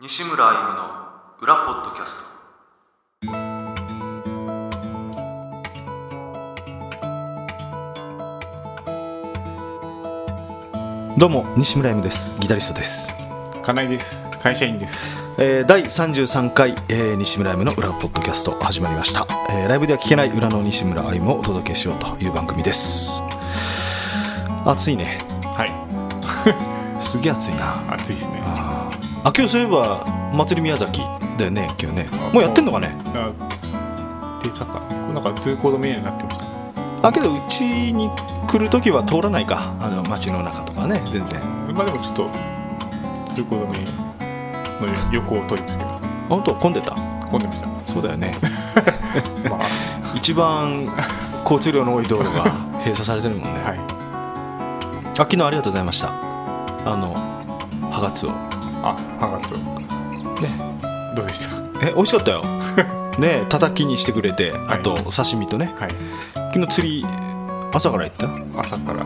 西村歩夢の裏ポッドキャストどうも西村歩ですギタリストです、金井です会社員ですえー、第33回、えー西村歩の裏ポッドキャスト始まりました、えーライブでは聞けない裏の西村歩をお届けしようという番組です暑いねはいすげえ暑いな暑いですねあ今日そういえば祭り宮崎だよね今日ねもうやってんのかねあ出たかなんか通行止めになってましたあけどうちに来る時は通らないかあの街の中とかね全然まあでもちょっと通行止めの横を通りましたけ本当混んでたど混んでましたそうだよね まあ一番交通量の多い道路が閉鎖されてるもんね、はいあ昨日ありがとうございましたあのハガツをあハガツねどうでしたえ美味しかったよ ねたたきにしてくれてあとは刺身とね、はい昨日釣り朝から行った朝から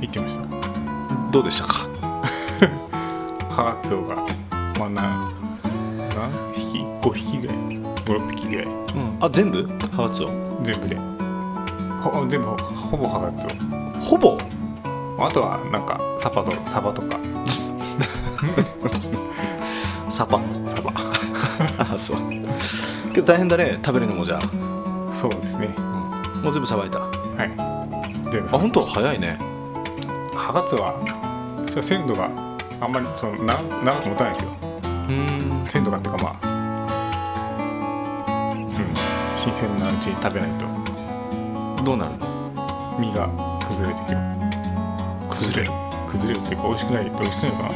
行ってましたどうでしたかハガツオがまあな何匹5匹ぐらい56匹ぐらいうんあ全部ハガツを全部でほ全部ほほぼハガツオほぼあとはなんかサパとサバとかサパサバ あそうけど大変だね食べるのもじゃそうですねあ、もう全部さばいたあはい。全部。本当早いねハガツは、それは鮮度があんまりそのな長く持たないんですよ。うん鮮度がっていうかまあ、うん、新鮮なうちに食べないとどうなるの身が崩れてきます。崩れる崩れるっていうか美味しくない美味しくないのか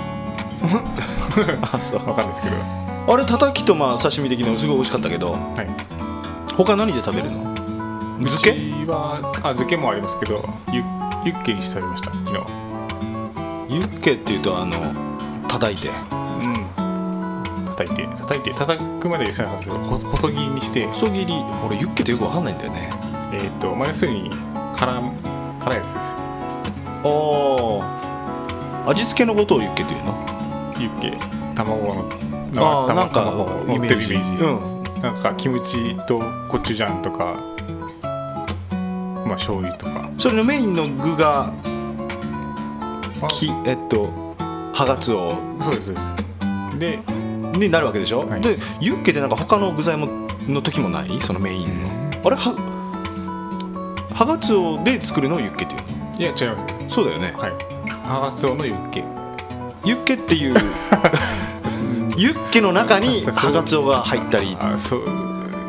あそうなわかんないですけど。はあれたたきとまあ刺身的なのすごい美味しかったけどい。他何で食べるの漬うけちはあ漬けもありますけど、ユユッケにして食べました昨日。ユッケっていうとあの叩いてうん。叩いて叩いて叩くまではしてなかったけどほ細切りにして細切り俺ユッケってよくわかんないんだよねえっ、とまあ要するに辛辛いやつであすあ味付けのことをユッケっていうのユッケ卵のあーなんかイイメメーージジなんかキムチとコチュジャンとかまあ醤油とかそれのメインの具があきえっとハガツオそうですそうですでになるわけでしょ、はいでユッケってなんか他の具材もの時もないそのメインの、あれはハガツオで作るのをユッケっていうのいや違いますそうだよねはいハガツオのユッケユッケって いうユッケの中にそうそうハガツオが入ったりあそう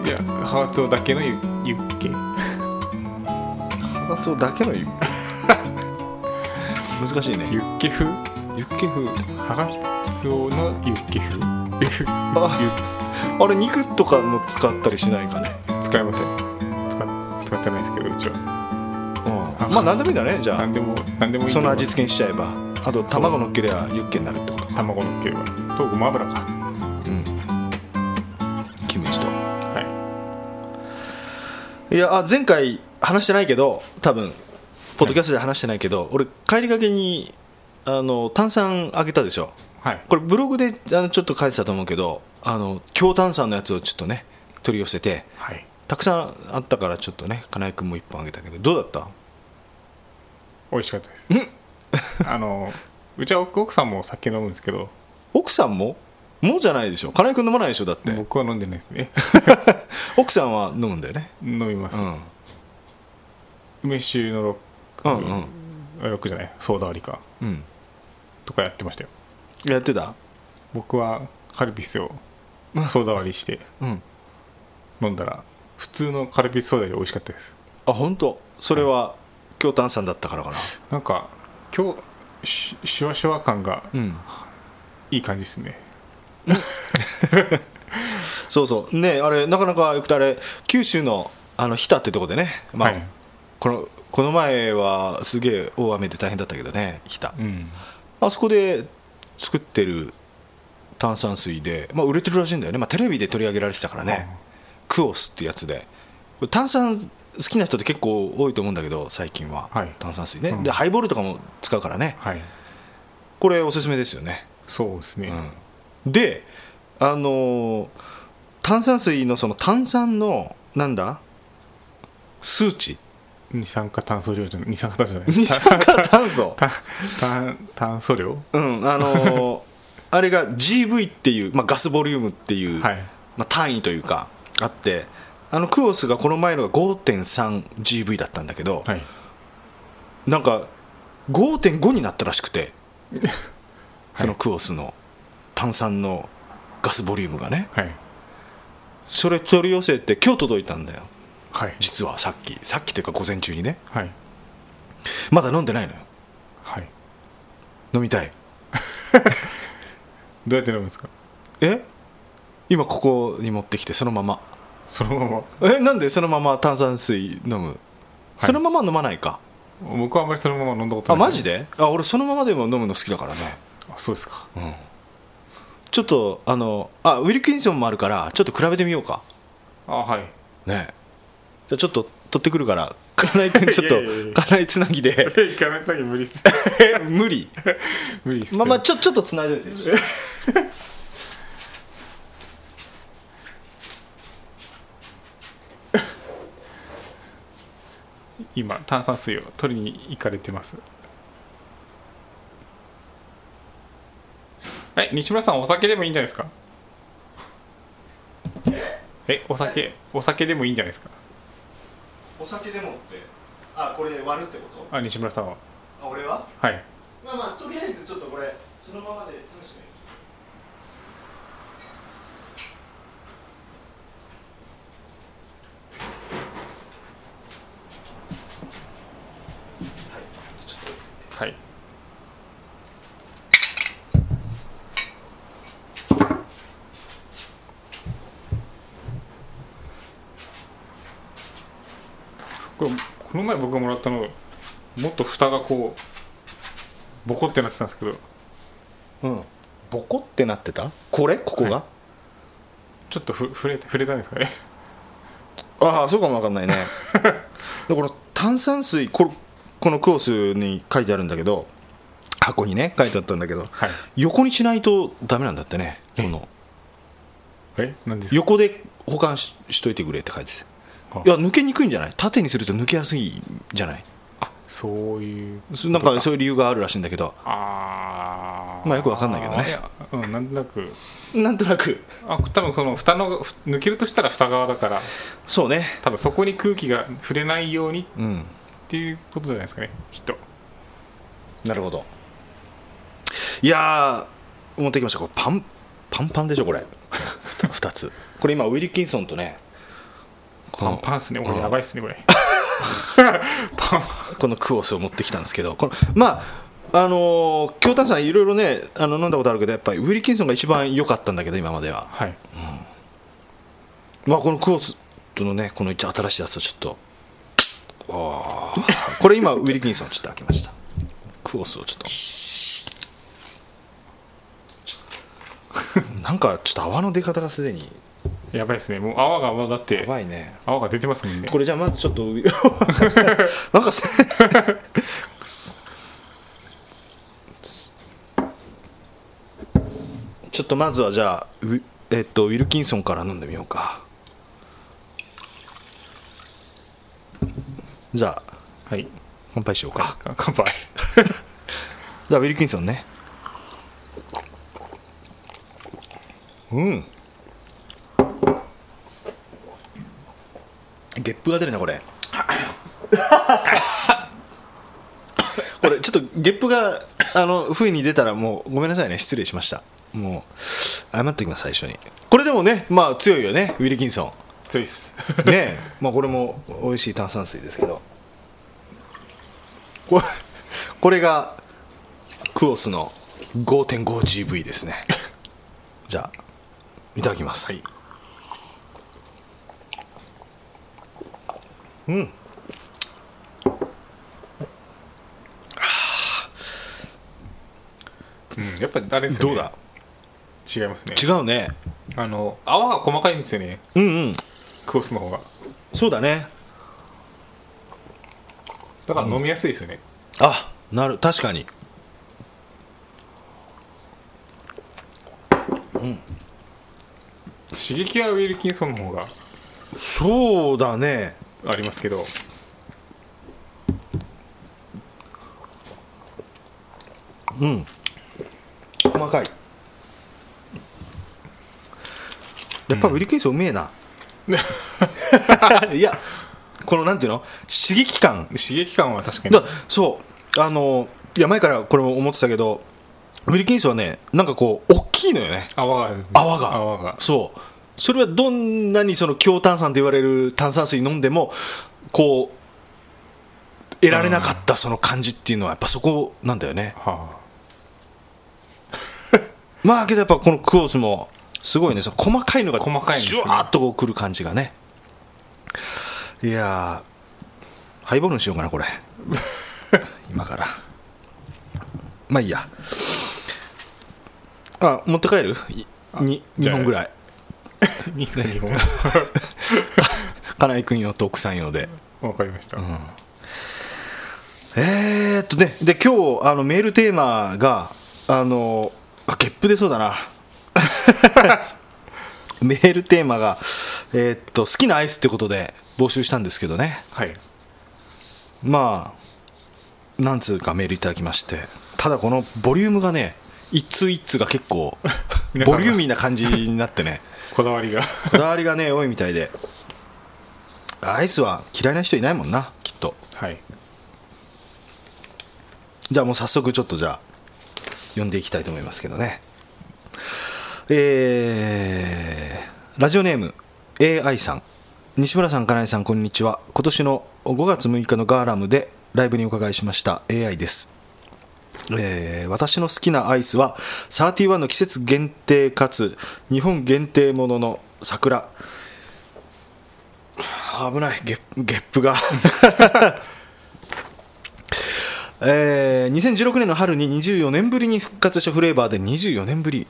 いやハガツオだけのユユッケはハガツオだけの ユッケ難しいねユッケ風ユッケ風ハガツオのユッケ風ユッああれ肉とかも使ったりしないかね使いません使使ってないですけどうちはうんまあ何でもいいんだねじゃ何でも何でもあいいその味と思付けいますにしちゃえばあと卵のっけりゃユッケになるってことか卵のっければとごま油かキムチとはいやあ前回話してないけど多分ポッドキャストで話してないけど、俺帰りがけにあの炭酸あげたでしょいはいこれブログであのちょっと書いてたと思うけどあの強炭酸のやつをちょっとね取り寄せてはいたくさんあったからちょっとね金井君も1本あげたけどどうだった美味しかったですあのうちは奥さんも酒飲むんですけど奥さんももうじゃないでしょ金井君飲まないでしょだって僕は飲んでないですね 奥さんは飲むんだよね飲みます、うん梅酒のロうッんク、あロックじゃないソーダ割りかうんうんとかやってましたよやってた僕はカルピスをソーダ割りしてうん飲んだら普通のカルピスソーダより美味しかったですあ本当それは京丹さんだったからかななんか今日しシュワシュワ感がうんいい感じですねそうそうねあれなかなかよくてあれ九州のあの日田ってとこでねまあ、はいこのこの前はすげえ大雨で大変だったけどね日田うんあそこで作ってる炭酸水で、まあ、売れてるらしいんだよね、まあ、テレビで取り上げられてたからね、クオスってやつで、これ炭酸好きな人って結構多いと思うんだけど、最近は、はい炭酸水ね、うんで、ハイボールとかも使うからね、はいこれ、おすすめですよね、そうですね、うんであのー炭酸水のその炭酸のなんだ数 値二酸化炭素量じゃない二酸化炭素じゃない 二酸化炭素 炭炭炭素量うんあのーあれが GV っていう、まあ、ガスボリュームっていう、はいまあ、単位というかあってあのクオスがこの前のが 5.3GV だったんだけど、はいなんか5.5になったらしく てそのクオスの炭酸のガスボリュームがねはいそれ取り寄せて今日届いたんだよはい実はさっきさっきというか午前中にねはいまだ飲んでないのよはい飲みたいどうやって飲むんですかえ今ここに持ってきてそのままそのままえなんでそのまま炭酸水飲む、そのまま飲まないか僕はあんまりそのまま飲んだことあないマジであ俺そのままでも飲むの好きだからねあそうですかちょっとあのあウィルキンソンもあるからちょっと比べてみようかあ はいねえじゃあちょっと取ってくるから金井君ちょっといやいやいや金井つなぎで 行かない先無理っすえ無理 無理っすまあまあちょちょっとつないでおいて今炭酸水を取りに行かれてますえ西村さんお酒でもいいんじゃないですかえお酒お酒でもいいんじゃないですかお酒でもってあこれ割るってこあ西村さんはとあ俺ははいまあまあとりあえずちょっとこれそのままで試してみるはいこれこの前僕がもらったのもっと蓋がこうボコってなってたんですけどうんボコってなってたこれここが、はちょっとふ触れ触れたんですかねああそうかも分かん ないねでこの炭酸水これこのクオスに書いてあるんだけど箱にね書いてあったんだけど、はい横にしないとダメなんだってねこの え何ですか横で保管ししといてくれって書いてはたいや抜けにくいんじゃない縦にすると抜けやすいんじゃないあそういうそなんかそういう理由があるらしいんだけどあーまあよくわかんないけどねいやうんなんとなくなんとなくあ多分その蓋のふ抜けるとしたら蓋側だからそうね多分そこに空気が触れないようにっうんていうことじゃないですかねきっとなるほどいやー持ってきましたこれパンパンパンでしょこれ 2, つこれ今ウィルキンソンとねこパンのパンっすねこれうんやばいっすねこれパンこのクオスを持ってきたんですけどこのまああのー京丹さんいろいろねあの飲んだことあるけどやっぱりウィルキンソンが一番良かったんだけど今までは、はいまあ、このクオスとのねこの新しいやつをちょっとあーこれ今ウィルキンソンちょっと開けましたクオスをちょっとなんかちょっと泡の出方がすでにやばいっすねもう泡がもうだっやてばいね泡が出てますもんねこれじゃあまずちょっとなんかせちょっとまずはじゃあウィ,、えっと、ウィルキンソンから飲んでみようかじゃあはい乾杯しようかか乾杯 じゃあウィルキンソンねうんゲップが出るなこれこれちょっとゲップがあの不意に出たらもうごめんなさいね失礼しましたもう謝っておきます最初にこれでもねまあ強いよねウィルキンソ強いっす ンねえまあこれも美味しい炭酸水ですけどこれこれがクオスの 5.5GV ですね じゃあいただきます、はいうんやっぱりあれですよどねうだ違いますね違うねあの泡が細かいんですよねうんうんクオスの方がそうだねだから飲みやすいですよね、あなる確かにう刺激はウィルキンソンの方がそうだねありますけどうん細かいやっぱウィリキンソンうめえ な、いやこのなんていうの刺激感刺激感は確かにだそうあのいや前からこれも思ってたけどウィルキンソンはねなんかこう大きいのよね泡が泡が泡がそうそれはどんなにその強炭酸と言われる炭酸水飲んでもこう得られなかったその感じっていうのはやっぱそこなんだよね、はまあけどやっぱこのクオーツもすごいねその細かいのが細かいんですジよねュワーっとこうくる感じがねいやーハイボールにしようかな これ今からまあいいやあ持って帰る2じゃあ本ぐらいあ2本金井君用と奥さん用で わかりました、えー、っとねで今日あのメールテーマがあのあゲップ出そうだな メールテーマが、えーっと好きなアイスってことで募集したんですけどねはいまあ何通かメールいただきましてただこのボリュームがね一通一通が結構 皆さんボがリューミーな感じになって ねこだわりがこだわりがね多いみたいでアイスは嫌いな人いないもんなきっとはいじゃあもう早速ちょっとじゃあ読んでいきたいと思いますけどねえーラジオネーム AI さん西村さん、金井さん、こんにちは今年の5月6日のガーラムでライブにお伺いしました AI ですえー私の好きなアイスは31の季節限定かつ日本限定ものの桜危ないゲップゲップがえー2016年の春に24年ぶりに復活したフレーバーで24年ぶり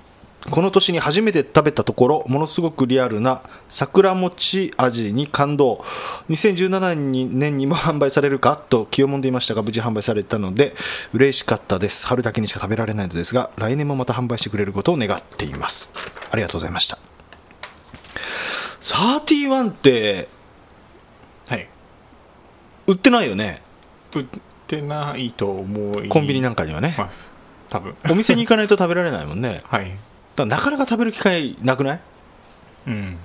この年に初めて食べたところものすごくリアルな桜餅味に感動2017年にも販売されるかと気をもんでいましたが無事販売されたので嬉しかったです春だけにしか食べられないのですが来年もまた販売してくれることを願っていますありがとうございました31ってはい売ってないよね売ってないと思いコンビニなんんかにはねます多分お店に行かないと食べられないもんねはいだからなかなか食べる機会なくないうん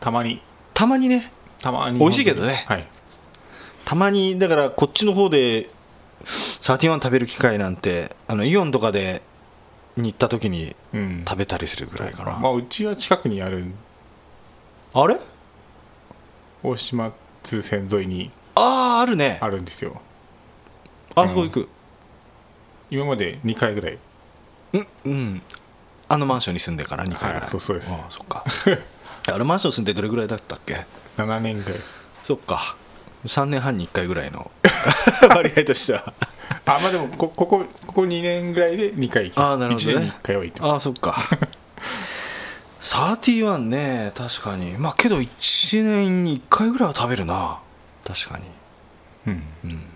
たまにたまにねたまに美味しいけどねはいたまにだからこっちの方で31食べる機会なんてあのイオンとかでに行った時にうん食べたりするぐらいかな、まあうちは近くにあるあれ大島通線沿いにあああるねあるんですよあそこ行く今まで2回ぐらいうん、うん、あのマンションに住んでから2回ぐらい、はいそうそうですああそっか あのマンション住んでどれぐらいだったっけ7年ぐらいですそっか3年半に1回ぐらい の 割合としてはあまあでもこここここ2年ぐらいで2回行きあーなるほどね1年に1回は行ってますああそっか 31ね確かにまあけど1年に1回ぐらいは食べるな確かにうん、うん、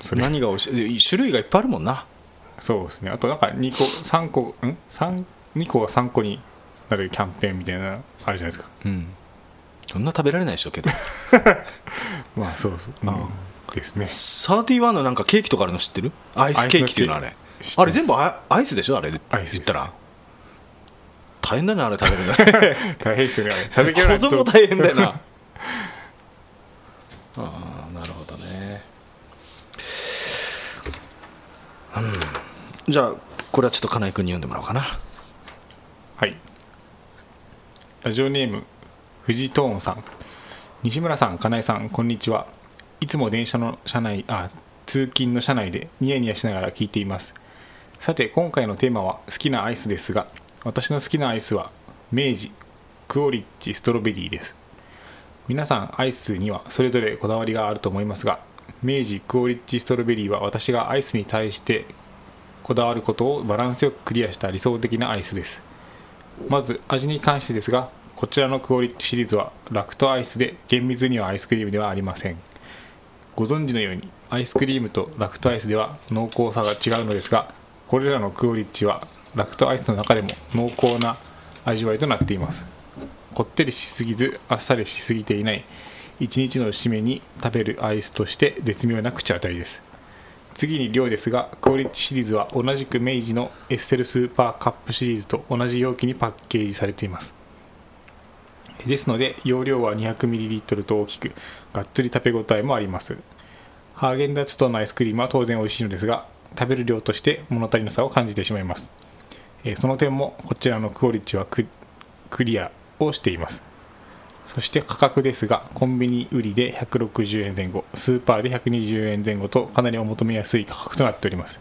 それ何が美味しい種類がいっぱいあるもんなそうですねあとなんか2個3個ん三2個が3個になるキャンペーンみたいなのあるじゃないですかうんそんな食べられないでしょけどまあそうそう、うん、ですね 31のなんかケーキとかあるの知ってるアイスケーキっていうのあアイれスケーキあれ全部アアイスでしょあれアイスです言ったら大変だなあれ食べるの大変ですよねあれ食べきらない保と存も大変だよな ああなるほどねうんじゃあこれはちょっと金井君に読んでもらおうかなはい。ラジオネーム、藤ジトーンさん。西村さん、金井さん、こんにちは。いつも電車の車内、あ、通勤の車内でニヤニヤしながら聞いています。さて、今回のテーマは好きなアイスですが、私の好きなアイスは、明治、クオリッチ、ストロベリーです。皆さん、アイスにはそれぞれこだわりがあると思いますが、明治、クオリッチ、ストロベリーは私がアイスに対してこだわることをバランスよくクリアした理想的なアイスです。まず味に関してですがこちらのクオリティシリーズはラクトアイスで厳密にはアイスクリームではありませんご存知のようにアイスクリームとラクトアイスでは濃厚さが違うのですがこれらのクオリッチはラクトアイスの中でも濃厚な味わいとなっていますこってりしすぎずあっさりしすぎていない一日の締めに食べるアイスとして絶妙な口当たりです次に量ですがクオリッチシリーズは同じく明治のエッセルスーパーカップシリーズと同じ容器にパッケージされていますですので容量は 200ml と大きくがっつり食べ応えもありますハーゲンダッツとのアイスクリームは当然美味しいのですが食べる量として物足りなさを感じてしまいます、えーその点もこちらのクオリティはククリアをしていますそして価格ですがコンビニ売りで160円前後スーパーで120円前後とかなりお求めやすい価格となっております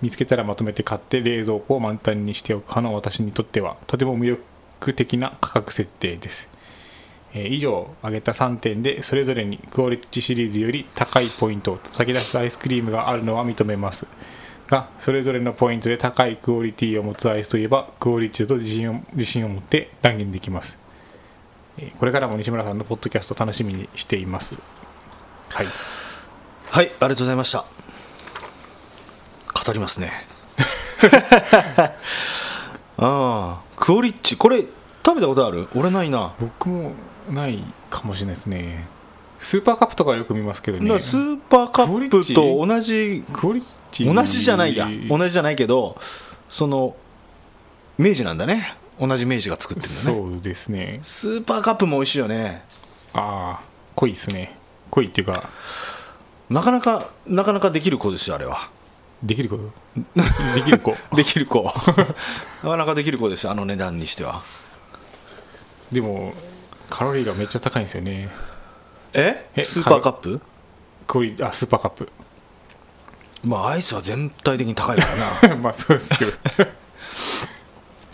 見つけたらまとめて買って冷蔵庫を満タンにしておく派の私にとってはとても魅力的な価格設定です、えー以上挙げた3点でそれぞれにクオリティシリーズより高いポイントを叩き出すアイスクリームがあるのは認めますがそれぞれのポイントで高いクオリティを持つアイスといえばクオリティだと自信を自信を持って断言できますえーこれからも西村さんのポッドキャスト楽しみにしていますはいはいありがとうございました語り ますねああクオリッチこれ食べたことある俺ないな、僕もないかもしれないですねスーパーカップとかよく見ますけどだかねらスーパーカップと同じクオリティ同じじゃないや同じじゃないけどその明治なんだね同じ明治が作ってるんだねそうですねスーパーカップも美味しいよねああ濃いですね濃いっていうかなかなかなかなかできる子ですよあれはできる子 できる子できる 子なかなかできる子ですよあの値段にしてはでもカロリーがめっちゃ高いんですよねええスーパーカップクオリあスーパーカップ まあアイスは全体的に高いから なまあそうですけど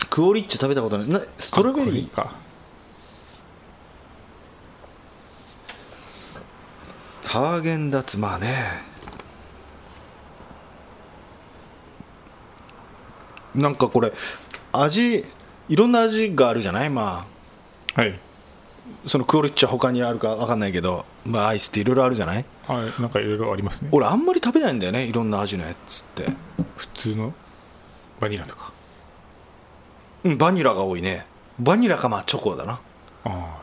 クオリッチ食べたことないなストロベあこれリーかハーゲンダッツまあねなんかこれ味いろんな味があるじゃないまあはいそのクオリッチは他にあるか分かんないけど、まあ、アイスっていろいろあるじゃないあなんかいろいろありますね俺あんまり食べないんだよねいろんな味のやつって普通のバニラとかうんバニラが多いねバニラかまあチョコだなあ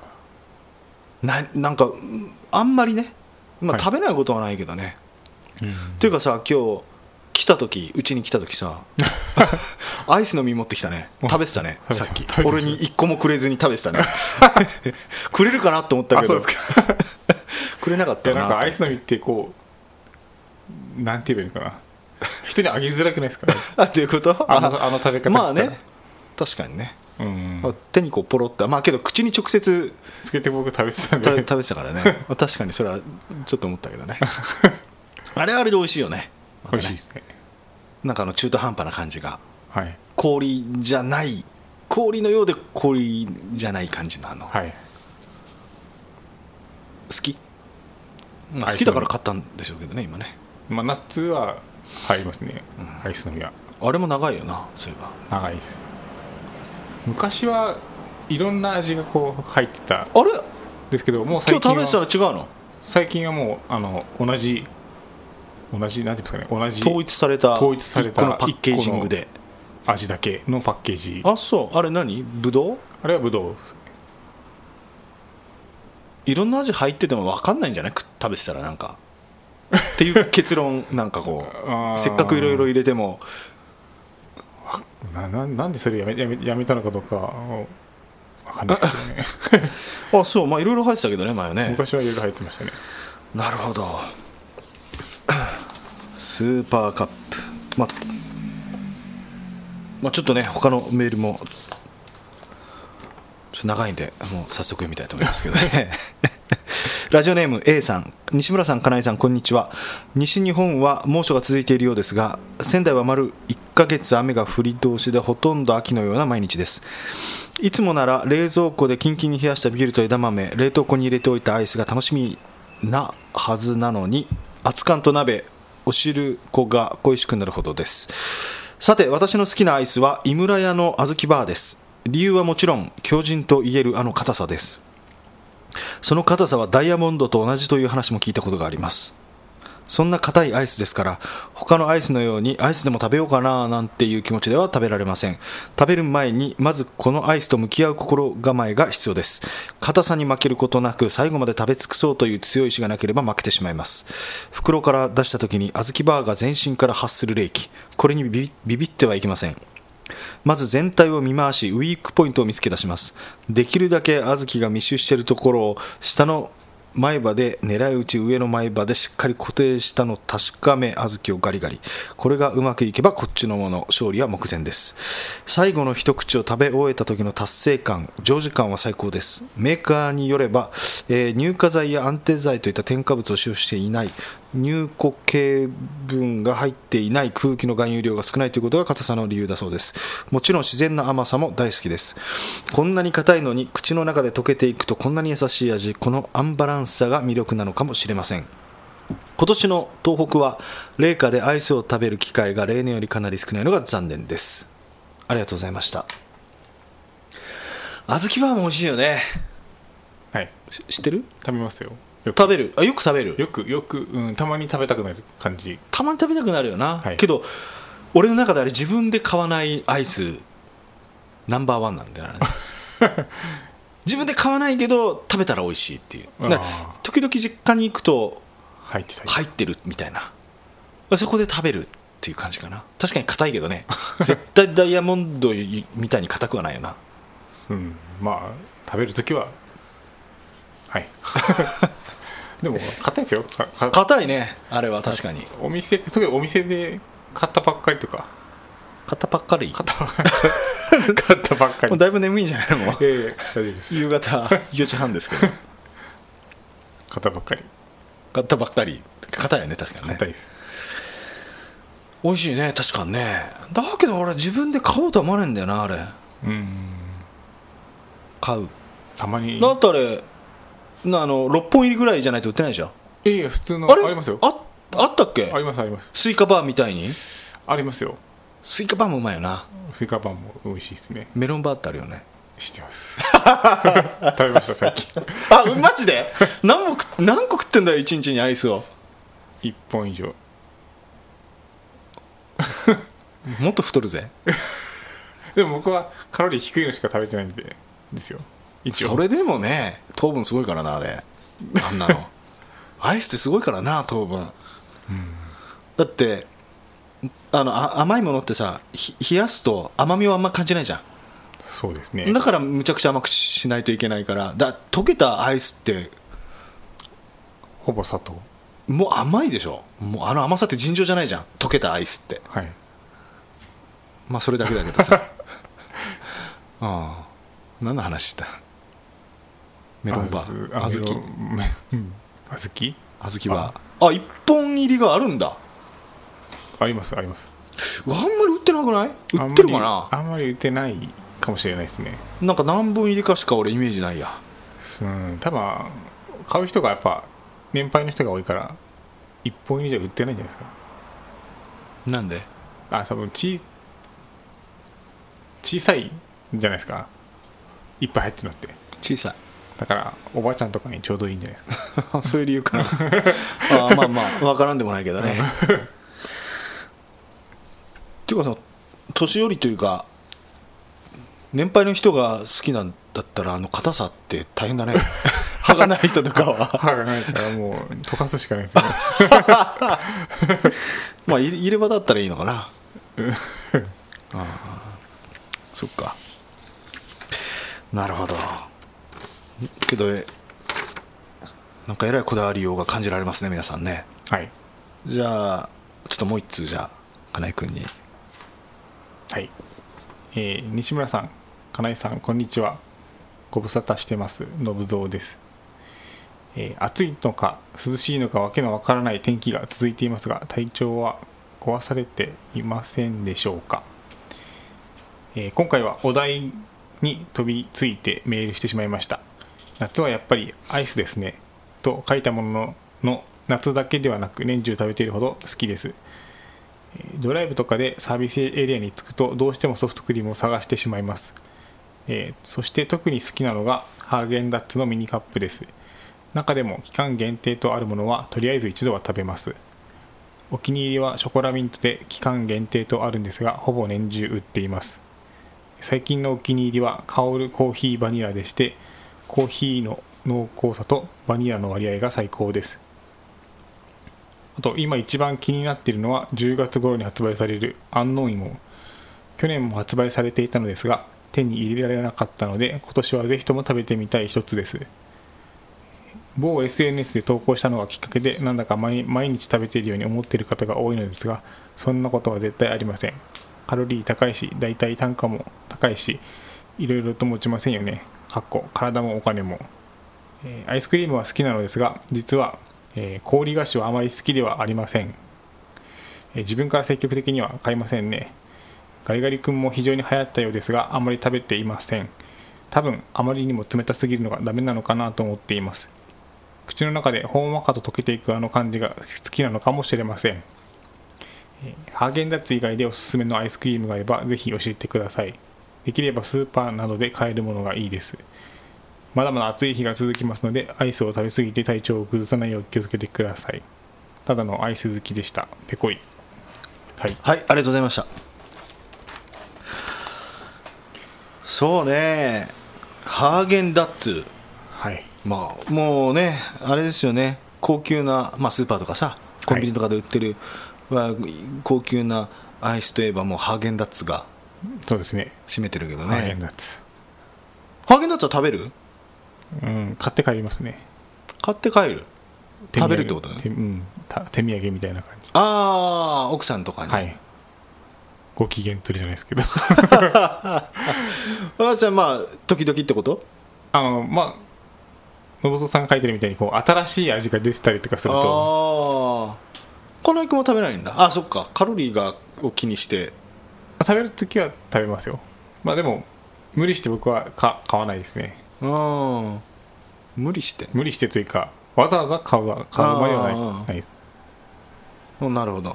ななんかうんあんまりね、まあ、はい食べないことはないけどね、あ、うん、っていうかさ今日来た時うちに来た時 さアイスの実持ってきたね食べてたね食べてさたっき食べてた俺に一個もくれずに食べて たねくれるかなと思ったけどあそうでくれなかっいたやなんかなアイスの実ってこうなんて言えばいいのかな 人にあげづらくな いですか、ね、あということあのあの食べ方まあしたね確かにね、らうんまあ手にこうポロってまあけど口に直接つけて僕食べてたんたで食べてたからねまあ確かにそれはちょっと思ったけど ねあれはあれで美味しいよね,、また美ね味しいですねなんかあの中途半端な感じがはい氷じゃない氷のようで氷じゃない感じのあの、はい好き、まあ、アイスの好きだから買ったんでしょうけどね今ねまあ夏は入りますね、アイスの実はあれも長いよなそういえば長いです昔はいろんな味がこう入ってたんあれですけども今う最日近食べはてたの違うの最近はもうあの同じ同じなんていうんですかね同じ統一された統一された一個のパッケージングで味だけのパッケージああそうあれ何ぶどうれはぶどうですいろんな味入ってても分かんないんじゃないく食べてたらなんかっていう結論なんかこ あーうせっかくいろいろ入れてもなななんでそれやめやめやめたのかどうかわかんないですよ ねあそうまあいろいろ入ってたけどね前はね昔はいろいろ入ってましたねなるほどスーパーカップまあまあちょっとね他のメールもちょっと長いんでもう早速読みたいと思いますけどね ラジオネーム A さん西村さん金井さんこんにちは西日本は猛暑が続いているようですが仙台は丸1ヶ月雨が降り通しでほとんど秋のような毎日ですいつもなら冷蔵庫でキンキンに冷やしたビールと枝豆冷凍庫に入れておいたアイスが楽しみなはずなのに熱燗と鍋お汁粉が恋しくなるほどですさて私の好きなアイスは井村屋の小豆バーです理由はもちろん強靭と言えるあの硬さですその硬さはダイヤモンドと同じという話も聞いたことがありますそんな硬いアイスですから他のアイスのようにアイスでも食べようかななんていう気持ちでは食べられません食べる前にまずこのアイスと向き合う心構えが必要です硬さに負けることなく最後まで食べ尽くそうという強い意志がなければ負けてしまいます袋から出した時に小豆バーが全身から発する冷気これにビビビビってはいけませんまず全体を見回しウィークポイントを見つけ出しますできるだけ小豆が密集しているところを下の前歯で狙い撃ち上の前歯でしっかり固定したのを確かめ小豆をガリガリこれがうまくいけばこっちのもの勝利は目前です最後の一口を食べ終えた時の達成感常時感は最高ですメーカーによれば、えー乳化剤や安定剤といった添加物を使用していない乳固形分が入っていない空気の含有量が少ないということが硬さの理由だそうですもちろん自然な甘さも大好きですこんなに硬いのに口の中で溶けていくとこんなに優しい味このアンバランスさが魅力なのかもしれません今年の東北は冷夏でアイスを食べる機会が例年よりかなり少ないのが残念ですありがとうございました小豆バーも美味しいよねはいし知ってる食べますよよく食べるあよく食べるよくよく、うん、たまに食べたくなる感じたまに食べたくなるよな、はいけど俺の中であれ自分で買わないアイスナンバーワンなんだ よね自分で買わないけど食べたら美味しいっていうなあ時々実家に行くと入ってたり、入ってるみたいなそこで食べるっていう感じかな確かに硬いけどね絶対ダイヤモンドみたいに硬くはないよなうん、まあ食べるときははい でも硬いですよかか硬いねあれは確かにお店特にお店で買ったばっかり とか硬ばっかり買ったばっかり買ったばっかりもうだいぶ眠いんじゃないの もうええ大丈夫です夕方4時半ですけど買ったばっかり買ったばっかり硬いよね確かにね硬いです美味しいね確かにねだけど俺自分で買おうとは思わないんだよなあれうん買うたまにだってあれなあの6本入りぐらいじゃないと売ってないじゃんいやいや普通のあれありますよああったっけありますありますスイカバーみたいにありますよスイカバーもうまいよなスイカパンも美味しいですねメロンバーってあるよね知ってます 食べました最近あうマジで 何本食何個食ってんだよ一日にアイスを1本以上もっと太るぜでも僕はカロリー低いのしか食べてないんでですよ一応それでもね糖分すごいからなあれあんな のアイスってすごいからな糖分、だってあのあ甘いものってさひ冷やすと甘みをあんま感じないじゃそうですねんだからむちゃくちゃ甘くしないといけないからだ溶けたアイスってほぼ砂糖もう甘いでしょもうあの甘さって尋常じゃないじゃん溶けたアイスってはいまあそれだけだけど さああ何の話したメロンバーあず小あず豆うん小豆小豆バーあ一本入りがあるんだありますありますうわあんまり売ってなくない売ってるかあなんまりあんまり売ってないかもしれないですねなんか何本入りかしか俺イメージないやうん多分買う人がやっぱ年配の人が多いから1本以上売ってないんじゃないですかなんであ多分ち小さいんじゃないですかいっぱい入ってるのって小さいだからおばあちゃんとかにちょうどいいんじゃないです かそういう理由 かなああまあまあわからんでもないけどね っていうかその年寄りというか年配の人が好きなんだったらあの硬さって大 変だね歯がない人とかは歯がないからもう溶かすしかないですよねまあ入れ入れ歯だったらいいのかなああそっかなるほどけどえなんかえらいこだわりようが感じられますね皆さんねはいじゃあちょっともう一通じゃあ金井君にはい、えー西村さん、金井さん、こんにちは。ご無沙汰してます、信蔵です、えー暑いのか涼しいのかわけのわからない天気が続いていますが、体調は壊されていませんでしょうか。えー今回はお題に飛びついてメールしてしまいました。夏はやっぱりアイスですね。と書いたもののの夏だけではなく年中食べているほど好きです。ドライブとかでサービスエリアに着くとどうしてもソフトクリームを探してしまいます、えーそして特に好きなのがハーゲンダッツのミニカップです中でも期間限定とあるものはとりあえず一度は食べますお気に入りはショコラミントで期間限定とあるんですがほぼ年中売っています最近のお気に入りは香るコーヒーバニラでしてコーヒーの濃厚さとバニラの割合が最高ですあと今一番気になっているのは10月頃に発売される安納芋去年も発売されていたのですが手に入れられなかったので今年はぜひとも食べてみたい一つです某 SNS で投稿したのがきっかけでなんだか毎毎日食べているように思っている方が多いのですがそんなことは絶対ありませんカロリー高いし大体単価も高いしいろいろと持ちませんよねかっこ体もお金も、えーアイスクリームは好きなのですが実は、えー氷菓子はあまり好きではありません、えー自分から積極的には買いませんねガリガリ君も非常に流行ったようですがあまり食べていません多分あまりにも冷たすぎるのがダメなのかなと思っています口の中でほんわかと溶けていくあの感じが好きなのかもしれませんえーハーゲンダッツ以外でおすすめのアイスクリームがあればぜひ教えてくださいできればスーパーなどで買えるものがいいですまだまだ暑い日が続きますのでアイスを食べ過ぎて体調を崩さないよう気をつけてくださいただのアイス好きでしたペコイはいはいありがとうございましたそうねハーゲンダッツはいまあもうねあれですよね高級な、まあ、スーパーとかさコンビニとかで売ってる、まあ高級なアイスといえばもうハーゲンダッツがそうですね占めてるけどねハーゲンダッツハーゲンダッツは食べるうん買って帰りますね買って帰る手土食産べるってことね手うんた手土産みたいな感じああ奥さんとかに、はいご機嫌取りじゃないですけど あじゃあまあ時々ってことあのまあ信さんが書いてるみたいにこう新しい味が出てたりとかするあとあ金井君は食べないんだあそっかカロリーがを気にして食べるときは食べますよまあでも無理して僕はか買わないですねうん無理して無理してというかわざわざ買うは買うまではないあーないです、うんなるほど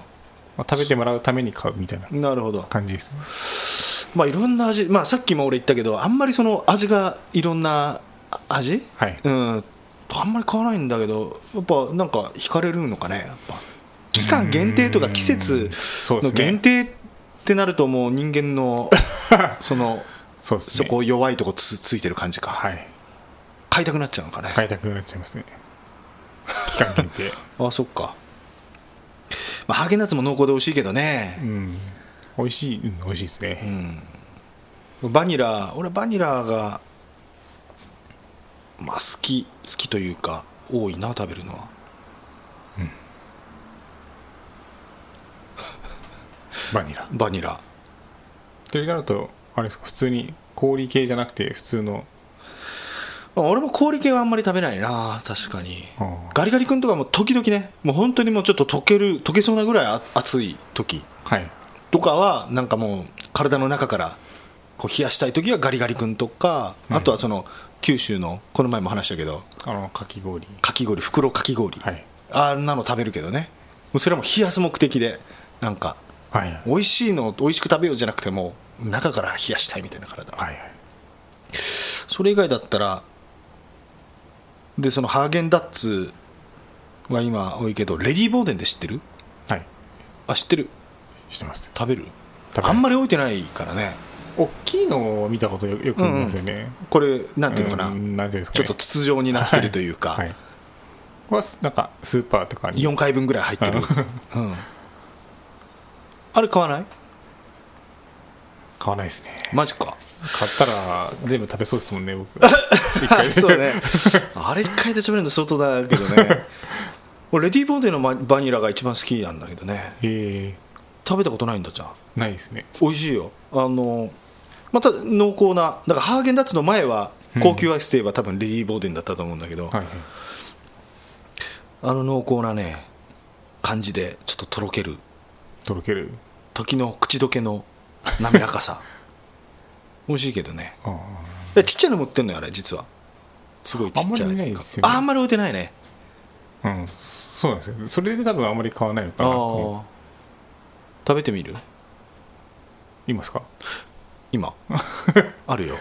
まあ、食べてもらうために買うみたいななるほど感じですねまあいろんな味、まあ、さっきも俺言ったけどあんまりその味がいろんなあ味、はいうんあんまり買わないんだけどやっぱなんか惹かれるのかねやっぱ期間限定とか季節そうでのすね限定ってなるともう人間の そのそうですそねこ弱いとこつついてる感じかはい買いたくなっちゃうのかね、買いたくなっちゃいますね期間限 定あそっか、まあ、ハーゲンダッツも濃厚で美味しいけどうね、ん美味しい、うん、美味しいですうね、ん、バニラ俺はバニラがまあ好き好きというか多いな食べるのは、バニラバニラとなるとあれですか普通に氷系じゃなくて普通のまあ俺も氷系はあんまり食べないな確かにあーガリガリ君とかも時々ねもう本当にもうちょっと溶ける溶けそうなぐらいあ熱い時はいとかはなんかもう体の中からこう冷やしたい時はガリガリ君とか、あとはその九州のこの前も話したけどあのかき氷かき氷袋かき氷、はいあんなの食べるけどねもうそれはもう冷やす目的でなんかはいはい美味しいの美味しく食べようじゃなくてもう中から冷やしたいみたいな体、はいそれ以外だったらでそのハーゲンダッツは今多いけどレディー・ボーデンで知ってるはいあ知ってるしてます食べる食べないあんまり置いてないからね大きいのを見たことよよく見ますよね、これなんていうのかな、うんなんていうんですかちょねっと筒状になってるというか、はいはいこれはなんかスーパーとかに4回分ぐらい入ってる、うん、あれ買わない買わないですねマジか買ったら全部食べそうですもんね 僕一あ回 でそうねあれ一回で食べるの相当だけど ね俺レディーボーデンのババニラが一番好きなんだけどねえ食べたことないんだじゃんー、ないですね美味しいよあのまた濃厚なだからハーゲンダッツの前は高級アイスといえば多分レディーボーデンだったと思うんだけど、はいはいあの濃厚なね感じでちょっととろけるとろける時の口どけの滑らかさ 美味しいけどねあーえちっちゃいの持ってんのよあれ実はすごいちっちゃいあんまり見ないですよねああんまり置いてないねうんそうなんですよそれで多分あんまり買わないのかああなと思うー食べてみるいますか今 あるよ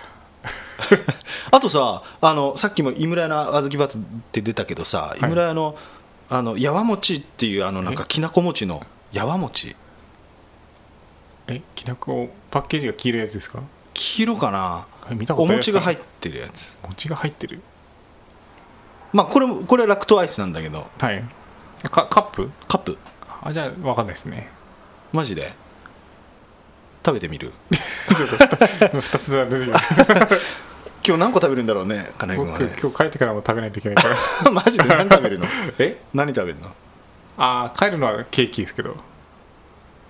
あとさあのさっきも井村屋の小豆バーって出たけどさ、井村屋のあのやわ餅っていうあのなんかきなこ餅のやわ餅えきなこパッケージが黄色いやつですか黄色かなえ見たこおとない餅が入ってるやつ餅が入ってるまあこれもこれラクトアイスなんだけどはいかカップカップあじゃあ分かんないです ねマジで食べてみる2つ出 てきます今日何個食べるんだろうね金井君は僕ね今日帰ってからも食べないといけないから マジで何食べるのえ何食べるのああ帰るのはケーキですけど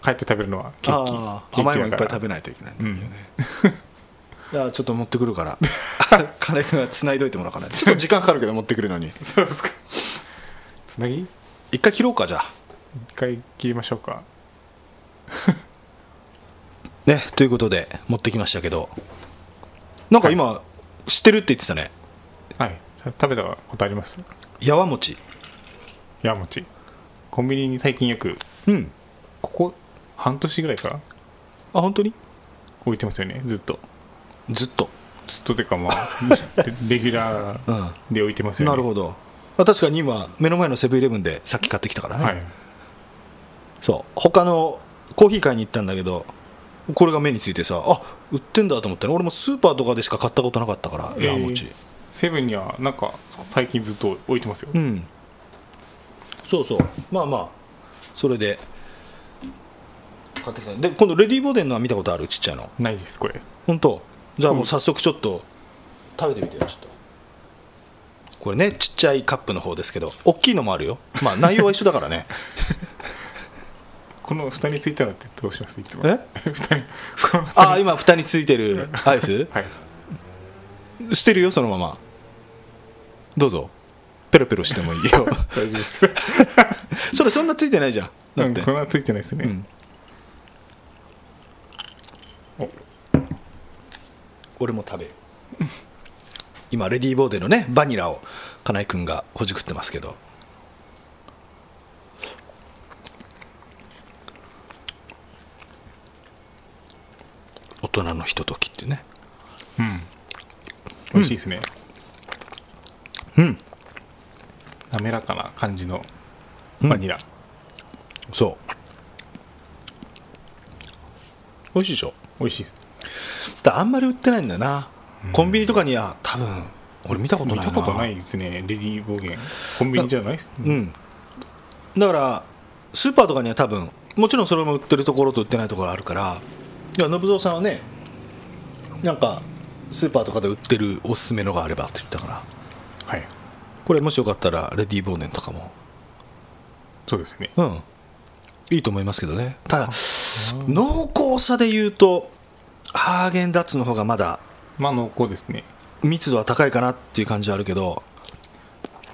帰って食べるのはケーキあーケーキ甘いもんいっだぱかいら食べないといけないんだよね、 いやちょっと持ってくる から金井君が繋いどいてもらおうかなちょっと時間かかるけど持ってくるのにそうですかつなぎ一回切ろうかじゃあ一回切りましょうかねということで持ってきましたけどなんか今、知ってるって言ってたねはいさ食べたことありますやわ餅ヤモチコンビニに最近よくうんここ半年ぐらいからあ本当に置いてますよねずっとずっと、ずっとてかまあ レレギュラうーんで置いてますよねなるほどあ確かに今目の前のセブンイレブンでさっき買ってきたからね、はいそう他のコーヒー買いに行ったんだけどこれが目についてさあ売ってんだと思ってね俺もスーパーとかでしか買ったことなかったから、えーやわ餅セブンにはなんか最近ずっと置いてますよ、うんそうそうまあまあそれで買ってきたで今度レディー・ボーデンのは見たことあるちっちゃいのないですこれ本当じゃあもう早速ちょっと食べてみてよちょっとこれねちっちゃいカップの方ですけど大きいのもあるよまあ内容は一緒だからねこの蓋についたのってどうしますいつも え蓋にこの蓋にああ今蓋についてるアイスはい捨てるよそのままどうぞペロペロしてもいいよ大丈夫ですそれそんなついてないじゃんだうっん、て粉はついてないですね、ん俺も食べる今レディーボーデンのねバニラを金井君がほじくってますけど大人のひとときってね美味しいですねうん滑らかな感じのバニラ、そう美味しいでしょ美味しいですだあんまり売ってないんだよな、コンビニとかには多分俺見たことないな見たことないですねレディー・ボーゲンコンビニじゃないです、うん、だからスーパーとかには多分もちろんそれも売ってるところと売ってないところあるからいや信蔵さんはねなんかスーパーとかで売ってるおすすめのがあればって言ってたからはいこれもしよかったらレディー・ボーネンとかもそうですねうんいいと思いますけどねただ濃厚さで言うとハーゲンダッツの方がまだまあ濃厚ですね密度は高いかなっていう感じはあるけど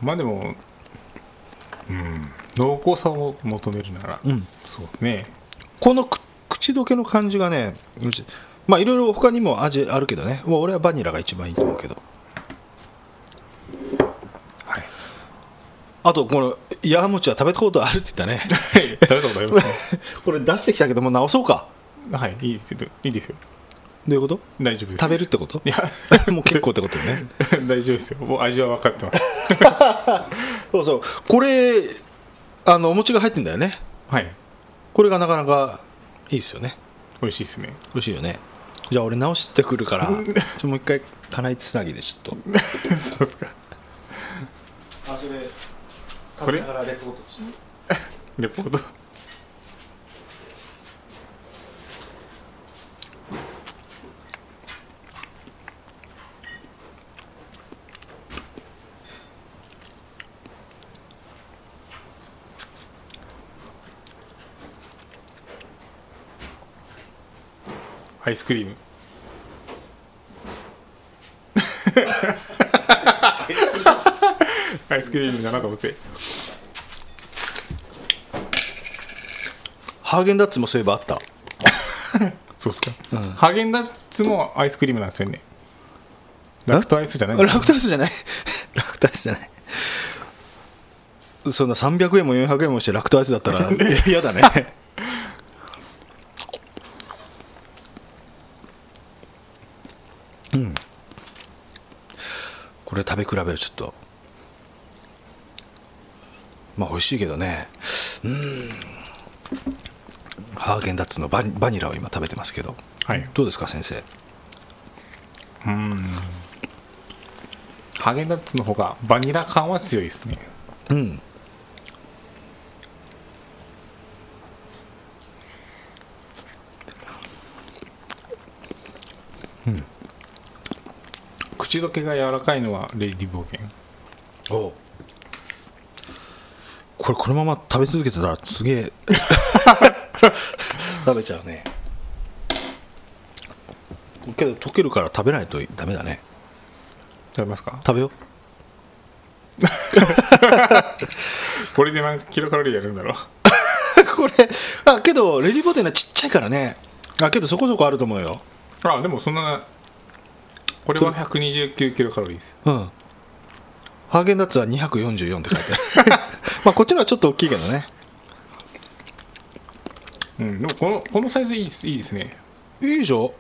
まあでもうん濃厚さを求めるなら、んそうねこのく口どけの感じがねうちまあいろいろ他にも味あるけどねもう俺はバニラが一番いいと思うけど はいあとこのヤーモチは食べたことあるって言ったね食べたことありますこれ出してきたけどもう直そうかねはいいいですよいいですよどういうこと大丈夫です食べるってこといやもう結構ってことよね 大丈夫ですよもう味は分かってますそうそうこれあのお餅が入ってんだよねはいこれがなかなかいいですよね美味しい ですね美味しいよねじゃあ俺直してくるからちょもう一回金井つなぎでちょっそうですか。とあそれ食べながらレポートしてレポート。アイスクリーム。アイスクリームだなと思って。ハーゲンダッツもそういえばあったそうっすか、ハーゲンダッツもアイスクリームなんですよねラクトアイスじゃないんですラクタイスじゃ ないラクタイスじゃないそんな300円も400円もしてラクタイスだったら嫌 だねうんこれ食べ比べをちょっとまあ美味しいけどねうんハーゲンダッツのバニバニラを今食べてますけどはいどうですか先生ハーゲンダッツの方がバニラ感は強いですねうん口どけが柔らかいのはレディー・ボーゲンおうこれこのまま食べ続けてたらすげ え食べちゃうねけど溶けるから食べないとダメだね食べますか食べようこれで何キロカロリーやるんだろ うこれあけどレディーボーテンはちっちゃいからねあけどそこそこあると思うよあでもそんなこれは129キロカロリーですうんハーゲンダッツは244って書いてある まあこっちのはちょっと大きいけどねうんでもこのこのサイズいいですいいですねいいでしょ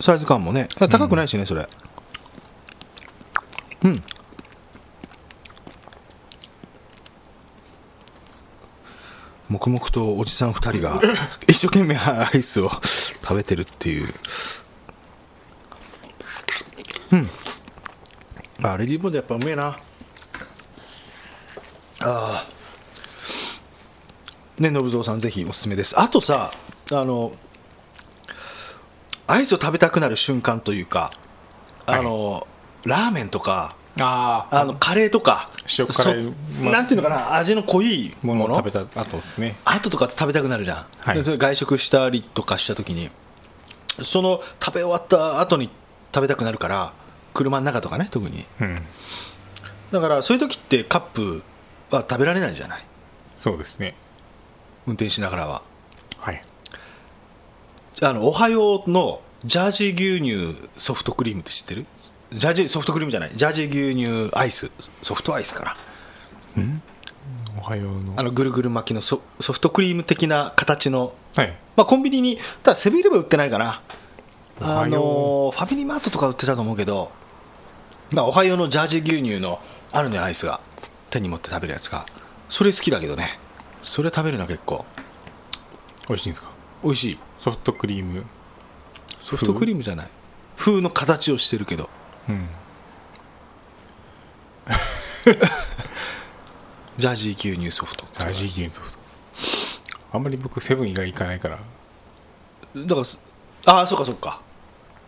サイズ感もねあ高くないしね、それうん黙々とおじさん2人が一生懸命アイスを食べてるっていううんあレディーボードやっぱうめえなああね信蔵さんぜひおすすめですあとさあのアイスを食べたくなる瞬間というか、あのラーメンとかああのカレーとか塩辛いそまあなんていうのかな味の濃いももののを食べた後ですね後とかって食べたくなるじゃん、はいでそれ外食したりとかした時にその食べ終わった後に食べたくなるから車の中とかね特にうんだからそういう時ってカップは食べられないじゃないそうですね運転しながらははいあのおはようのジャージー牛乳ソフトクリームって知ってるジャージーソフトクリームじゃないジャージー牛乳アイスソフトアイスかなおはようのあのぐるぐる巻きのソソフトクリーム的な形の、はいまあ、コンビニにただセブンイレブン売ってないかなおはあよのファミリーマートとか売ってたと思うけど、まあ、おはようのジャージー牛乳のあるねアイスが手に持って食べるやつがそれ好きだけどねそれ食べるな結構美味しいんですか美味しいソフトクリームソフトクリームじゃない風の形をしてるけどうんジャージー牛乳ソフトジャージー牛乳ソフトあんまり僕セブン以外行かないからだからすああそうかそうか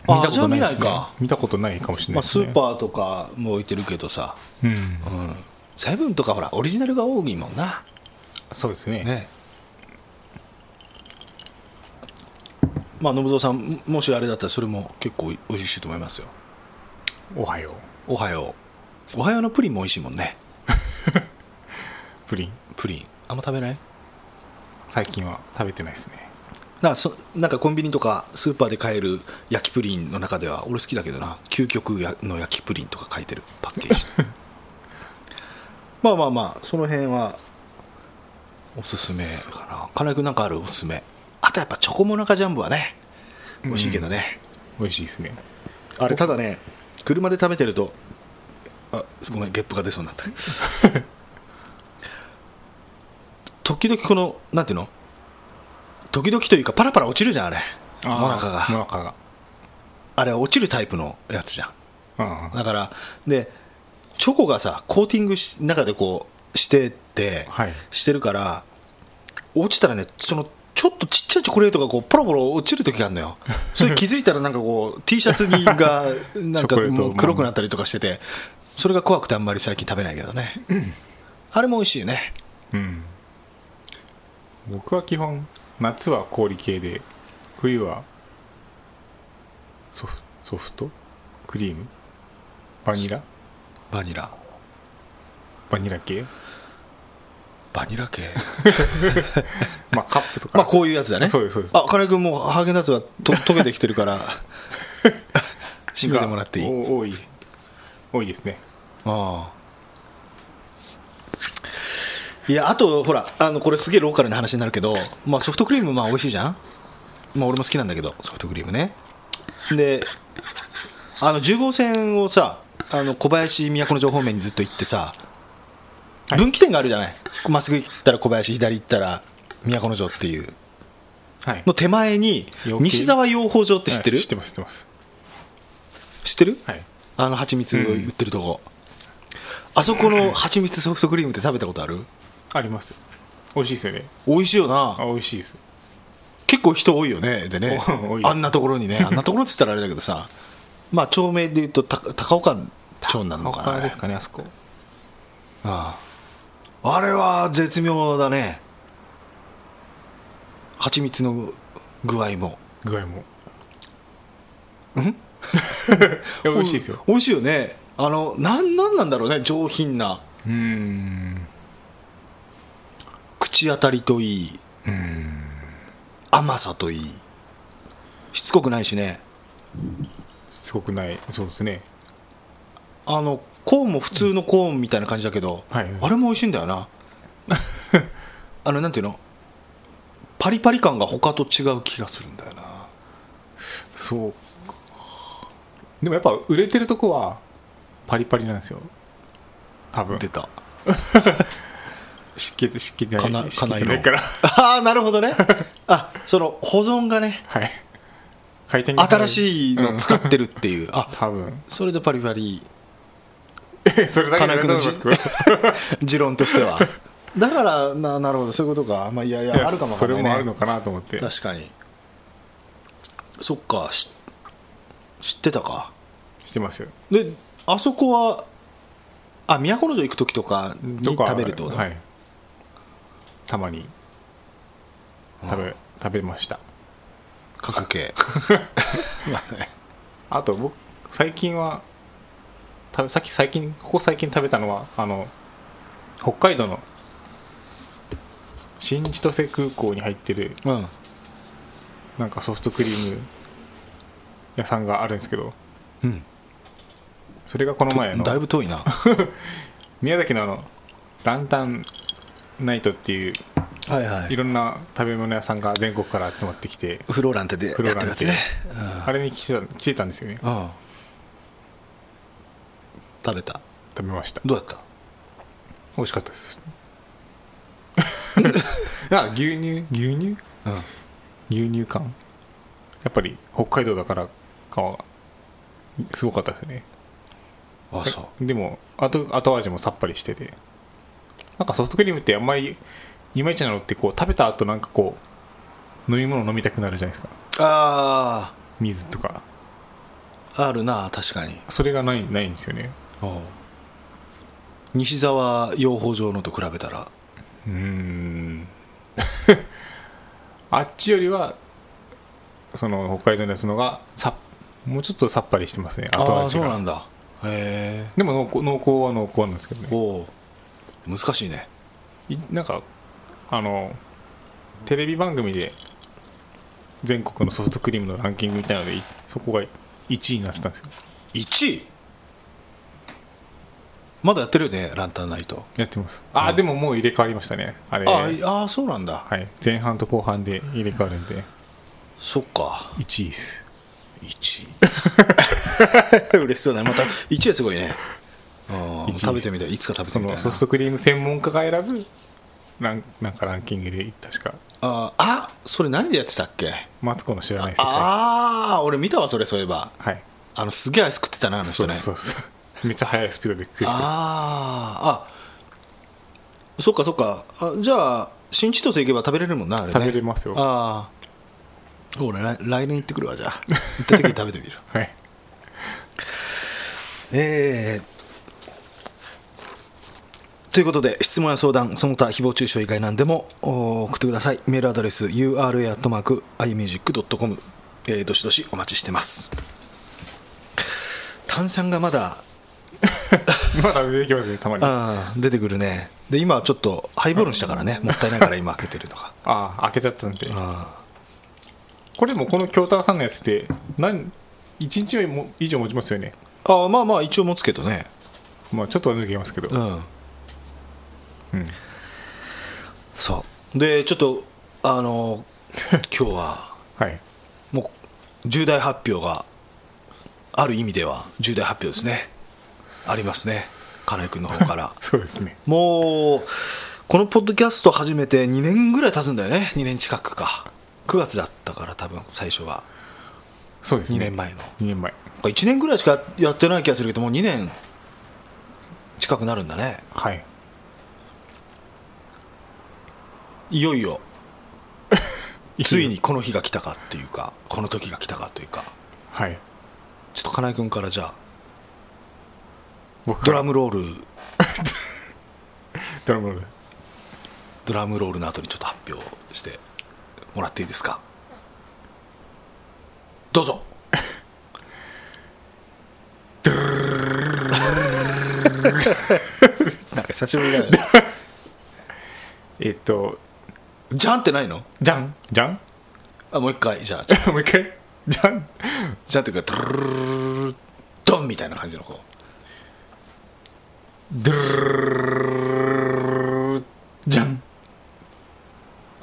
あーじゃあ見ないですねか、見たことないかもしれまないあ、でスすねーパーとかも置いてるけどさ、うんうん、セブンとかほらオリジナルが多いもんなそうですねねまあ信蔵さんももしあれだったらそれも結構おいしいと思いますよおはよおはようおはようのプリンも美味しいもんねうプリンプリンあんま食べない最近は食べてないですねなんかそなんかコンビニとかスーパーで買える焼きプリンの中では俺好きだけどな究極やの焼きプリンとか書いてるパッケージまあまあまあその辺はおすすめかな金井君なんかあるおすすめあとやっぱチョコモナカジャンボはね美味しいけどね、美味しいですねあれただね車で食べてるとあごめんゲップが出そうになった 時々このなんていうの時々というかパラパラ落ちるじゃんあれあーモナカモがナカがあれは落ちるタイプのやつじゃんあだからでチョコがさコーティングし中でこうしてって、はいしてるから落ちたらねそのちょっとちっちゃいチョコレートがこうポロポロ落ちる時があるの よそれ気づいたらなんかこう T シャツにがなんチョかコレートもう黒くなったりとかしててそれが怖くてあんまり最近食べないけどねあれも美味しいよねうん僕は基本夏は氷系で冬はソフソフトクリームバニラバニラバニラ系バニラ系 まあカップとかまあこういうやつだね そうですそうですあ金井君もハーゲンダッツがと溶けてきてるから 締めてもらっていいお多い多いですねああいやあとほらあのこれすげえローカルな話になるけど、まあ、ソフトクリームまあ美味しいじゃん、まあ、俺も好きなんだけどソフトクリームねであの10号線をさあの小林都城方面にずっと行ってさ、分岐点があるじゃないまっすぐ行ったら小林左行ったら都城っていうはいの手前に養鶏西沢養蜂場って知ってる、はい知っ知てます知ってますってる、はいあの蜂蜜を売ってるとこ、あそこの蜂蜜ソフトクリームって食べたことあるあります美味しいですよね美味しいよあな美味しいです結構人多いよねでね多いあんなところにねあんなところって言ったらあれだけど さまあ町名で言うとた高岡町になるのかなあですかねあそこあああれは絶妙だね蜂蜜の具合も具合も うん美味しいですよ美味しいよねあのなんなんなんだろうね上品なうーん口当たりといい甘さといいしつこくないしねしつこくないそうですねあのコーンも普通のコーンみたいな感じだけど、はいあれも美味しいんだよな あのなんていうのパリパリ感が他と違う気がするんだよなそうでもやっぱ売れてるとこはパリパリなんですよ多分出た湿気湿気ないかな湿か気なないいから ああなるほどねあその保存がねはい回転が早新しいの使ってるっていう、あ多分それでパリパリそれだけだと思いますけど持論としては だからななるほどそういうことかまあいやいやいやあるかもわかそんなれい、ね、もあるのかなと思って確かにそっかし知ってたかしてますよであそこはあ都城行く時とかにとか食べるってこと、はいたまに食べ食べました各系まあねあと僕最近は食べさっき最近ここ最近食べたのはあの北海道の新千歳空港に入ってる うんなんかソフトクリーム屋さんがあるんですけどうんそれがこの前のだいぶ遠いなは宮崎のあのランタンナイトっていういはいろんな食べ物屋さんが全国から集まってきてフローランテでやってるやつねあれに来てた来てたんですよねうんうん食べた食べましたどうやった美味しかったです あ牛乳う牛乳ん牛乳感やっぱり北海道だからかすごかったですねあそでも後後味もさっぱりしててなんかソフトクリームってあんまりいまいちなのってこう食べた後なんかこう飲み物飲みたくなるじゃないですかうあ水とかああるな確かにそれがないないんですよね西沢養蜂場のと比べたらうーんあっちよりはその北海道のやつのがさもうちょっとさっぱりしてますね後ああ味そうながんだへでも濃厚濃厚は濃厚なんですけどえおねお難しいねいなんかあのテレビ番組で全国のソフトクリームのランキングみたいなのでいそこが1位になってたんですよ1位まだやってるよねランタンナイトやってますあ、でももう入れ替わりましたねあれあーあーそうなんだはい、前半と後半で入れ替わるんでそっか1位です1位 嬉しそうだねまた1位はすごいねあー一位食べてみたいいつか食べてそみたいのなソフトクリーム専門家が選ぶランなんかランキングで確かあーあそれ何でやってたっけマツコの知らない世界ああ俺見たわそれそういえばはいあのすげえアイス食ってたなあのそ人うねそうそうめっちゃ速いスピードで食う人ですあーあそっかそっかあじゃあ新千歳行けば食べれるもんなあれね食べれますよあはあ俺来来年行ってくるわじゃあ行った時に食べてみる いえーということで質問や相談その他誹謗中傷以外何でもお送ってくださいメールアドレス ura.imusic.com、えー、どしどしお待ちしてます炭酸がまだまだ出てきますねたまにああー出てくるねで今はちょっとハイボールにしたからねもったいないから今開けてるのがあー開けちゃったんであこれもこの京太さんのやつって何1日も以上持ちますよねー あーまあまあ一応持つけどねまあちょっとは抜けますけど、うんうんそうでちょっとあ の今日ははいもう重大発表がある意味では重大発表 ですねありますね金井君の方からそうですねもうこのポッドキャスト始めて2年ぐらい経つんだよね2年近くか9月だったから多分最初はそうですね2年前の、 2年前1年ぐらいしかやってない気がするけどもう2年近くなるんだねはいいよいよついにこの日が来たかっていうかこの時が来たかというかはいちょっと金井君からじゃあ僕ドドララムロールドラムロールドラムロールの後にちょっと発表してもらっていいですかどうぞなんか久しぶりだよねえっとじゃんってないのじゃんじゃんあもう一回じゃあもう一回じゃんじゃんっていうかドゥルルルルルドンみたいな感じのこうドゥルルルルルじゃん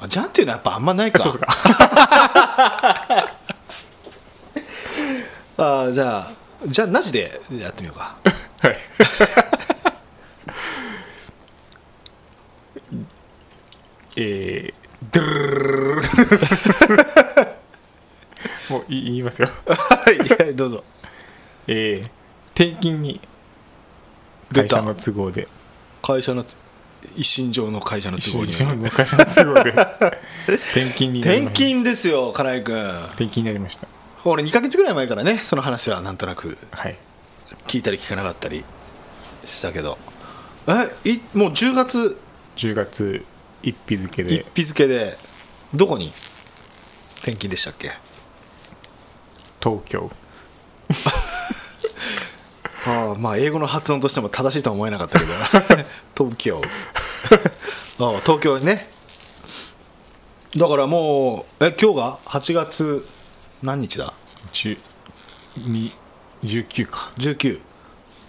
あじゃんっていうのはやっぱあんまないかそうですかあーじゃあじゃあなしでやってみようかはいえー、ドゥルルルルル もうい言いますよはいどうぞえー、転勤に出会た社の都合で会社のつ一身上の会社の都合によ一る緒に会社の都合で転勤になり転ました勤ですよ金井君転勤になりました俺2か月ぐらい前からねその話はなんとなくはい聞いたり聞かなかったりしたけどえいもう10月10月1日付一で日付でどこに転勤でしたっけ東京ああまあ英語の発音としても正しいとは思えなかったけ ど東 京ああ東京にねだからもうえ今日が8月何日だ10 2 19か19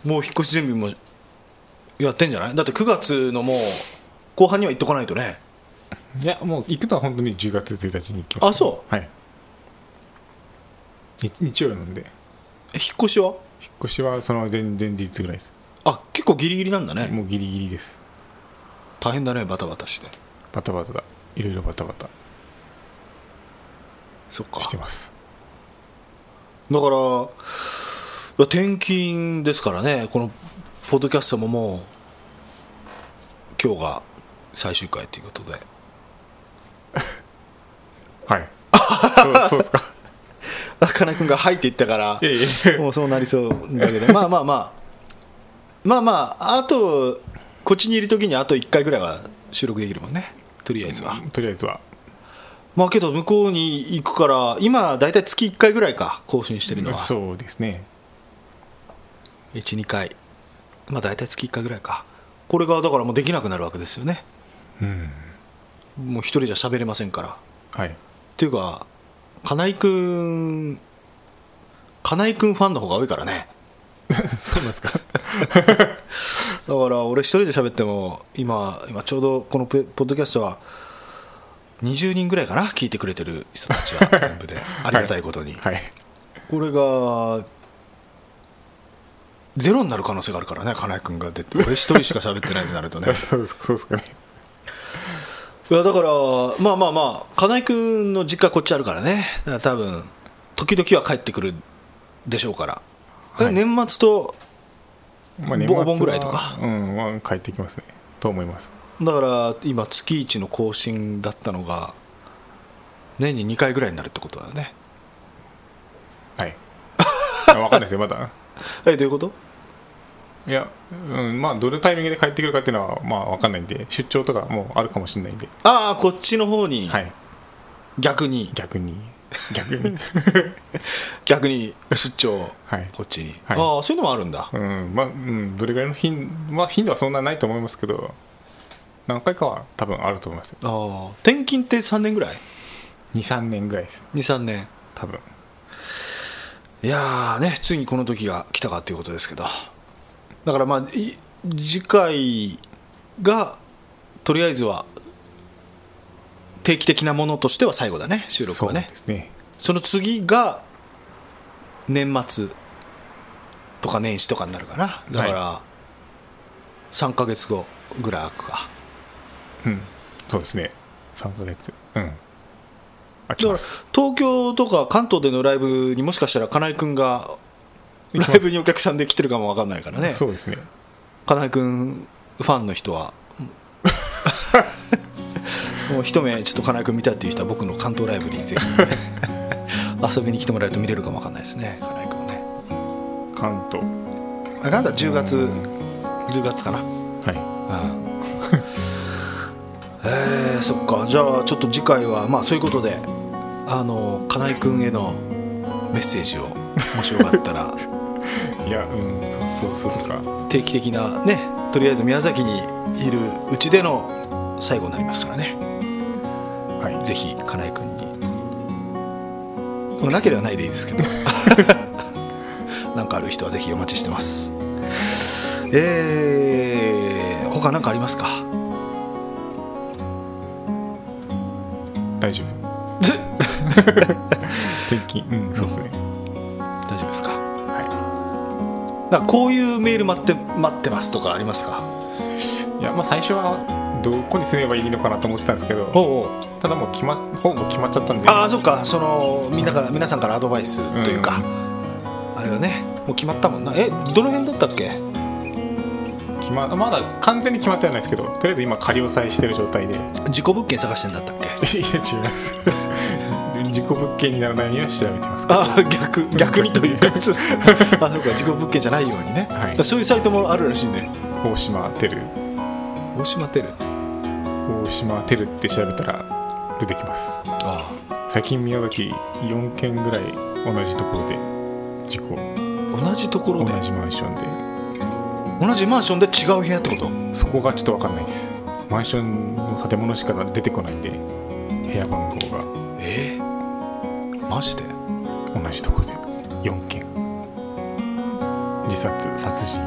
もう引っ越し準備もやってんじゃないだって9月のもう後半には行っとかないとねいやもう行くのは本当に10月1日に行きましたあそうはい日日曜なんでえ引っ越しは引っ越しはその前前日ぐらいですあ結構ギリギリなんだねもうギリギリです大変だねバタバタしてバタバタだいろいろバタバタそっかしてますだからいや転勤ですからねこのポッドキャストももう今日が最終回ということではいそ うそうですかあ金井君が「はい」って言ったからいえいえもうそうなりそうだけどまあまあまあまあまああとこっちにいる時にあと1回ぐらいは収録できるもんねとりあえずは、 とりあえずはまあけど向こうに行くから今大体月1回ぐらいか更新してるのはそうですね12回まあ大体月1回ぐらいかこれがだからもうできなくなるわけですよねうんもう一人じゃ喋れませんからっ はいていうか金井くん金井くんファンの方が多いからねそうなんですかだから俺一人で喋っても今今ちょうどこのポポッドキャストは20人ぐらいかな聞いてくれてる人たち は全部でありがたいことに、はいこれがゼロになる可能性があるからね金井君が出て俺一人しか喋ってないとなるとね そうですそうですかねいやだからまあまあまあ金井君の実家こっちあるからねだから多分時々は帰ってくるでしょうから、はいえ年末とおま盆年末はぐらいとかうんは帰ってきますねと思いますだから今月一の更新だったのが年に2回ぐらいになるってことだよね はい分かんないですよまだえどういうこといや、うん、まあどのタイミングで帰ってくるかっていうのはまあ分かんないんで出張とかもあるかもしれないんでああこっちの方に、はい逆に逆に逆に 逆に出張、はいこっちに、はいああそういうのもあるんだうんまあ、うん、どれぐらいの頻,、まあ、頻度はそんなないと思いますけど何回かは多分あると思いますよああ転勤って3年ぐらい23年ぐらいです23年多分いやーねついにこの時が来たかということですけどだからまあい次回がとりあえずは定期的なものとしては最後だね収録そうはねですねその次が年末とか年始とかになるかなだから3か月後ぐらい空くかうんそうですね3ヶ月うんあだ来かまらす東京とか関東でのライブにもしかしたら金井君 がライブにお客さんで来てるかも分かんないからねそうですね金井君ファンの人 はもう一目ちょっと金井君見たっていう人は僕の関東ライブにぜひ、遊びに来てもらえると見れるかも分かんないですね金井君ね関東あなんだ10月10月かなは えー、そっかじゃあちょっと次回はまあそういうことであの金井君へのメッセージをもしよかった らいいやうんそうそうそうっすか定期的なねとりあえず宮崎にいるうちでの最後になりますからねはいぜひ金井君にまあなければないでいいですけど なんかある人はぜひお待ちしてますえー、他何かありますか大丈夫 転勤うんそうですね大丈夫ですかはなんかこういうメール待って待ってますとかありますかいいやまあ最初はどこに住めばいいのかなと思ってたんですけどおうおうただもう決まほぼ決まっちゃったんでああそっかそのみんなから皆さんからアドバイスというか、うあれはねもう決まったもんなえどの辺だったっけ決ままだ完全に決まってはないですけどとりあえず今仮押さえしてる状態で いや事故物件探してんだったっけ違います 事故物件にならないようには調べてますけどああ逆逆にという かそうあそうか事故物件じゃないようにね、はだいからそういうサイトもあるらしいね大島テル大島テル大島テルって調べたら出てきますああ最近宮崎4件ぐらい同じところで事故同じところで同じマンションで同じマンションで違う部屋ってことそこがちょっと分かんないですマンションの建物しか出てこないんで部屋番号がええマジで同じところで4件自殺殺人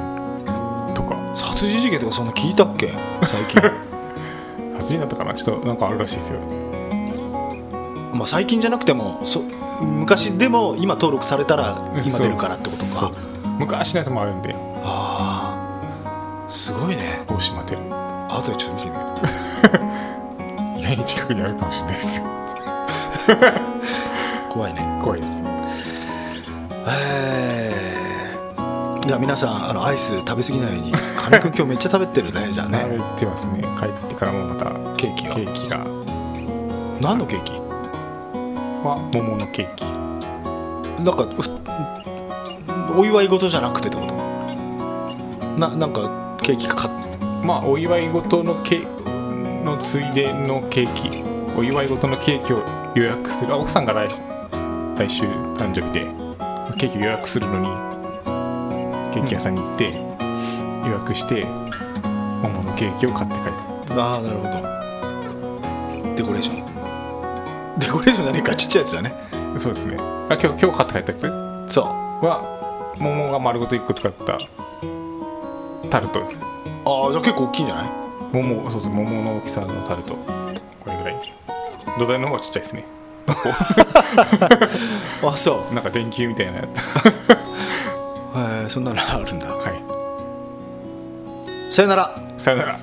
とか殺人事件とかそんな聞いたっけ最 近殺人だったかなちょっとなんかあるらしいですよまあ最近じゃなくてもそ昔でも今登録されたら今出るからってことかそうそう昔のやつもあるんでああすごいね大島テル意あとでちょっと見てみよう外に近くにあるかもしれないです怖いね怖いですえーじゃあ皆さんあのアイス食べ過ぎないように金井君今日めっちゃ食べてる ねじゃあ慣ねれてますね帰ってからもまたケーキケをーキが何のケーキは桃のケーキなんかふお祝い事じゃなくてってことななんかケーキかかまあお祝い事のケのついでのケーキお祝い事のケーキを予約するあ奥さんが来来週誕生日でケーキを予約するのにケーキ屋さんに行って、予約して桃のケーキを買って帰るああなるほどデコレーションデコレーションじゃねえかちっちゃいやつだねそうですねあ今日今日買って帰ったやつそうは桃が丸ごと1個使ったタルトですああじゃあ結構大きいんじゃない桃そうです桃の大きさのタルトこれぐらい土台の方がちっちゃいですねあそうなんか電球みたいなやつ えーそんなのあるんだはさよならいさよなら